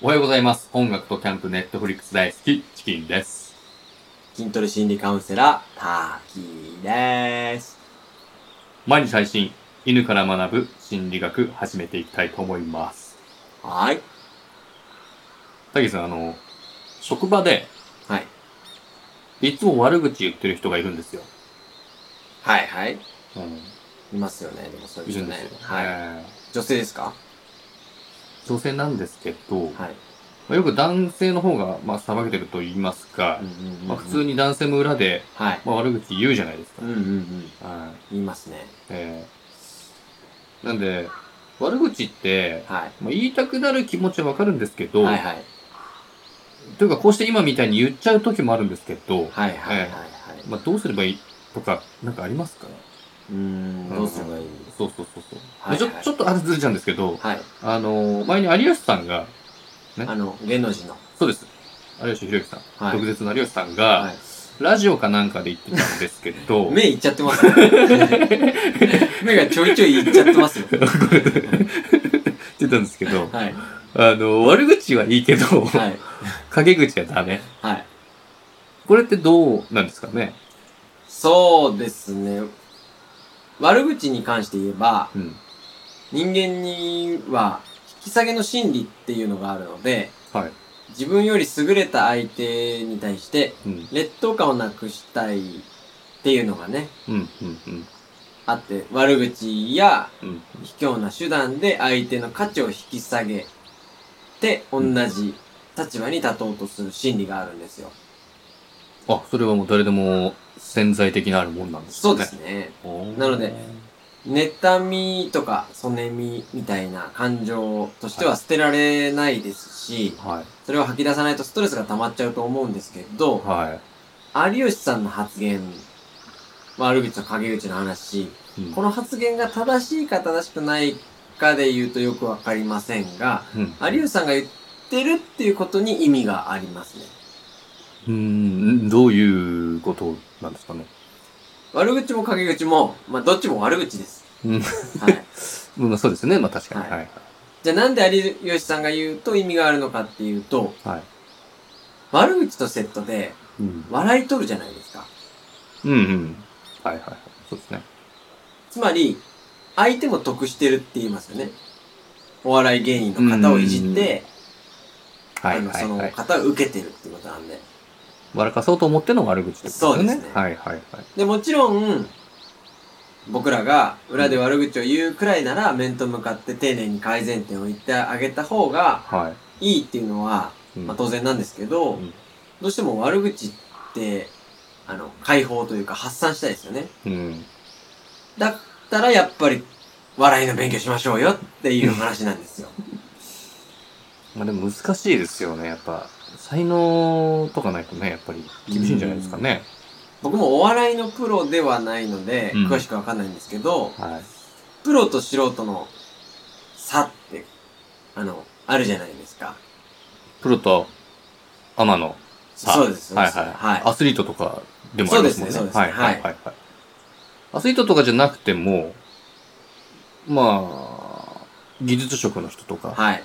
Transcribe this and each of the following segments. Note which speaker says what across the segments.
Speaker 1: おはようございます。音楽とキャンプ、ネットフリックス大好き、チキンです。
Speaker 2: 筋トレ心理カウンセラー、ターキーでーす。
Speaker 1: 毎日最新、犬から学ぶ心理学、始めていきたいと思います。
Speaker 2: はーい。
Speaker 1: たけさん、あの、職場で、
Speaker 2: はい。
Speaker 1: いつも悪口言ってる人がいるんですよ。
Speaker 2: はいはい。
Speaker 1: うん。
Speaker 2: いますよね、でもそういう
Speaker 1: いる
Speaker 2: 人
Speaker 1: んで
Speaker 2: ね
Speaker 1: すよ。。
Speaker 2: はい。
Speaker 1: え
Speaker 2: 女性ですか
Speaker 1: ー女性なんですけど、ま
Speaker 2: はい。
Speaker 1: あよく男性の方が、まあ、裁けてると言いますか、
Speaker 2: うん
Speaker 1: まあ、普通
Speaker 2: に。
Speaker 1: に男性も裏で、
Speaker 2: はい。
Speaker 1: まあ、悪口言うじゃないですか
Speaker 2: うん。うんうん。
Speaker 1: はい。
Speaker 2: 言いますね。
Speaker 1: えーなんで、悪口って、
Speaker 2: はい。
Speaker 1: まあ、言いたくなる気持ちはわかるんですけど、
Speaker 2: はいはい。
Speaker 1: というかこうして今みたいに言っちゃう時もあるんですけど、
Speaker 2: はいはいはいはい。
Speaker 1: まあ、どうすればいいとか、なんかありますか
Speaker 2: うーん、どうすればいいんです
Speaker 1: そうそうそうそう、
Speaker 2: はい
Speaker 1: ちょ。
Speaker 2: はい
Speaker 1: ちょっとあれずれちゃうんですけど、
Speaker 2: はい。
Speaker 1: あのー前に有吉さんが、え
Speaker 2: あの、芸能人の。
Speaker 1: そうです。有吉弘之さん、
Speaker 2: はい
Speaker 1: 毒舌の有吉さんが、
Speaker 2: は
Speaker 1: ラジオかなんかで言ってたんですけど、
Speaker 2: い。目いっちゃってますね。 目がちょいちょいいっちゃってます よ。
Speaker 1: 言ってたんですけど、
Speaker 2: はい。
Speaker 1: あの、悪口はいいけど、
Speaker 2: はい。
Speaker 1: 陰口はダメ。
Speaker 2: はい。
Speaker 1: これってどうなんですかね
Speaker 2: そうですね。悪口に関して言えば、
Speaker 1: うん。
Speaker 2: 人間には引き下げの心理っていうのがあるので、
Speaker 1: はい。
Speaker 2: 自分より優れた相手に対して
Speaker 1: うん。
Speaker 2: 劣等感をなくしたいっていうのがね、
Speaker 1: うん。うん。うん。
Speaker 2: あって、悪口や
Speaker 1: うん。
Speaker 2: 卑怯な手段で相手の価値を引き下げて同じ立場に立とうとする心理があるんですよ。
Speaker 1: あ、それはもう誰でも潜在的なあるもんなんですね。
Speaker 2: そうですね。なので、妬みとか、そねみみたいな感情としては捨てられないですし、
Speaker 1: はい。
Speaker 2: それを吐き出さないとストレスが溜まっちゃうと思うんですけど、
Speaker 1: は
Speaker 2: 有吉さんの発言、悪口と陰口の
Speaker 1: い。
Speaker 2: 話、
Speaker 1: うん
Speaker 2: この発言が正しいか正しくないかで言うとよくわかりませんが、
Speaker 1: うん
Speaker 2: 有吉さんが言ってるっていうことに意味がありますね。
Speaker 1: うーん、どういうことなんですかね。
Speaker 2: 悪口も陰口も、まあどっちも悪口です。
Speaker 1: うん
Speaker 2: はい。
Speaker 1: うん、そうですね。まあ確かに。は。
Speaker 2: はいじゃあなんで有吉さんが言うと意味があるのかっていうと、
Speaker 1: はい。
Speaker 2: 悪口とセットで
Speaker 1: うん。
Speaker 2: 笑い取るじゃないですか。
Speaker 1: うんうん。はいはいはい。そうですね。
Speaker 2: つまり、相手も得してるって言いますよね。お笑い芸人の方をいじって、
Speaker 1: は
Speaker 2: あ
Speaker 1: い
Speaker 2: の
Speaker 1: はい
Speaker 2: そ
Speaker 1: は
Speaker 2: の
Speaker 1: い。
Speaker 2: 方を受けてるってことなんで。
Speaker 1: 笑かそうと思っての悪口ってことです
Speaker 2: そう
Speaker 1: ね。
Speaker 2: ですね
Speaker 1: はいはいはい。
Speaker 2: で、もちろん、僕らが裏で悪口を言うくらいなら、面と向かって丁寧に改善点を言ってあげた方が
Speaker 1: はい
Speaker 2: いっていうのは、
Speaker 1: い。うん
Speaker 2: まあ当然なんですけど、
Speaker 1: うん
Speaker 2: どうしても悪口って、あの、解放というか発散したいですよね。
Speaker 1: うん。
Speaker 2: だったらやっぱり、笑いの勉強しましょうよっていう話なんですよ。
Speaker 1: まあでも難しいですよね。やっぱ、才能とかないとね、やっぱり厳しいんじゃないですかね。
Speaker 2: 僕もお笑いのプロではないので、
Speaker 1: うん
Speaker 2: 詳しくわかんないんですけど、
Speaker 1: はい。
Speaker 2: プロと素人の差って、あの、あるじゃないですか。
Speaker 1: プロとアマの差。
Speaker 2: そうです、そう
Speaker 1: は
Speaker 2: で
Speaker 1: い
Speaker 2: す。
Speaker 1: はい。アスリートとかでもありますもんね。
Speaker 2: そうですねそうですね
Speaker 1: はいはいはい。はいアスリートとかじゃなくても、まあ、技術職の人とか、
Speaker 2: はい。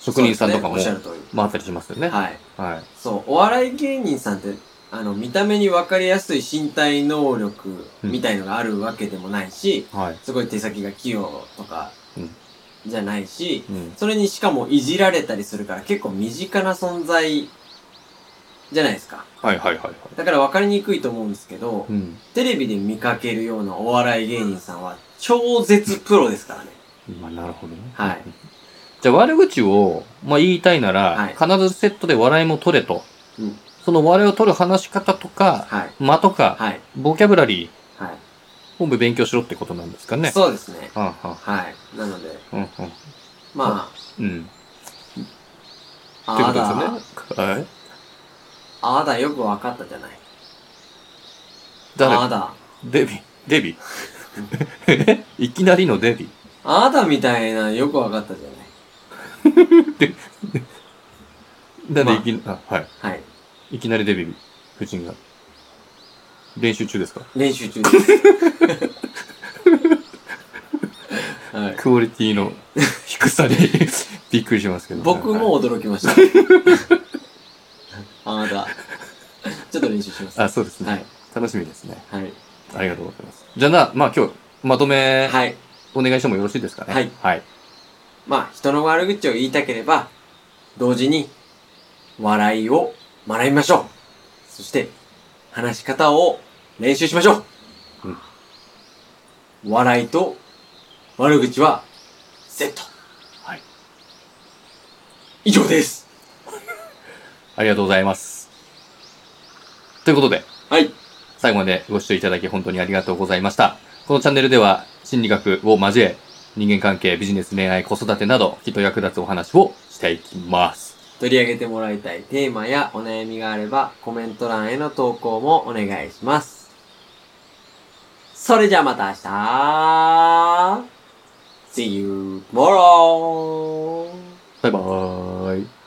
Speaker 1: 職人さんとかも、
Speaker 2: そうですねおっしゃる通
Speaker 1: まああったりしますよね。
Speaker 2: り。はい。
Speaker 1: はい。
Speaker 2: そう、お笑い芸人さんって、あの、見た目にわかりやすい身体能力
Speaker 1: うん
Speaker 2: みたいのがあるわけでもないし、
Speaker 1: はい。
Speaker 2: すごい手先が器用とか
Speaker 1: うん、
Speaker 2: じゃないし、
Speaker 1: うん。
Speaker 2: それにしかもいじられたりするから結構身近な存在じゃないですか。
Speaker 1: はいはいはいはい。
Speaker 2: だから分かりにくいと思うんですけど、
Speaker 1: うん。
Speaker 2: テレビで見かけるようなお笑い芸人さんは超絶プロですからね。
Speaker 1: まあなるほどね。
Speaker 2: はい。
Speaker 1: じゃあ悪口を、まあ言いたいなら、
Speaker 2: はい
Speaker 1: 必ずセットで笑いも取れと。
Speaker 2: うん
Speaker 1: その笑いを取る話し方とか、
Speaker 2: はい。
Speaker 1: 間とか、
Speaker 2: はい。
Speaker 1: ボキャブラリー、
Speaker 2: は
Speaker 1: 本部勉強しろってことなんですか
Speaker 2: い。
Speaker 1: ね。
Speaker 2: そうですね。
Speaker 1: はあは
Speaker 2: はい。なので、
Speaker 1: あうんうん。
Speaker 2: ま
Speaker 1: うん。
Speaker 2: あ、
Speaker 1: って
Speaker 2: あ
Speaker 1: こ
Speaker 2: あだ、
Speaker 1: とですよね。はい。
Speaker 2: ああだよく分かったじゃない。ああ
Speaker 1: 誰
Speaker 2: だ。
Speaker 1: デビ。デ ビ。いきなりのデビ。
Speaker 2: ああだみたいなよく分かったじゃない。
Speaker 1: なん
Speaker 2: ま
Speaker 1: で
Speaker 2: あ
Speaker 1: いきな、あ、は
Speaker 2: はい。
Speaker 1: い。いきなりデビ、夫人が。練習中ですか
Speaker 2: 練習中です。 はい。
Speaker 1: クオリティの低さに、 びっくりしますけど、
Speaker 2: 僕
Speaker 1: はい。
Speaker 2: も驚き ました。あなた、ちょっと練習します。は
Speaker 1: あ、そうですね、
Speaker 2: い。
Speaker 1: 楽しみですね。
Speaker 2: はい。
Speaker 1: ありがとうございます。じゃあな、まあ今日、まとめ、
Speaker 2: はい。
Speaker 1: お願いしてもよろしいですかね。
Speaker 2: はい。
Speaker 1: はい。
Speaker 2: まあ、人の悪口を言いたければ、同時に、笑いを学びましょう。そして、話し方を練習しましょう。笑いと悪口は、セット。
Speaker 1: はい。
Speaker 2: 以上です。
Speaker 1: ありがとうございます。ということで、
Speaker 2: はい。
Speaker 1: 最後までご視聴いただき本当にありがとうございました。このチャンネルでは心理学を交え、人間関係、ビジネス、恋愛、子育てなど、きっと役立つお話をしていきます。
Speaker 2: 取り上げてもらいたいテーマやお悩みがあれば、コメント欄への投稿もお願いします。それじゃあまた明日 !See you tomorrow!
Speaker 1: バイバーイ。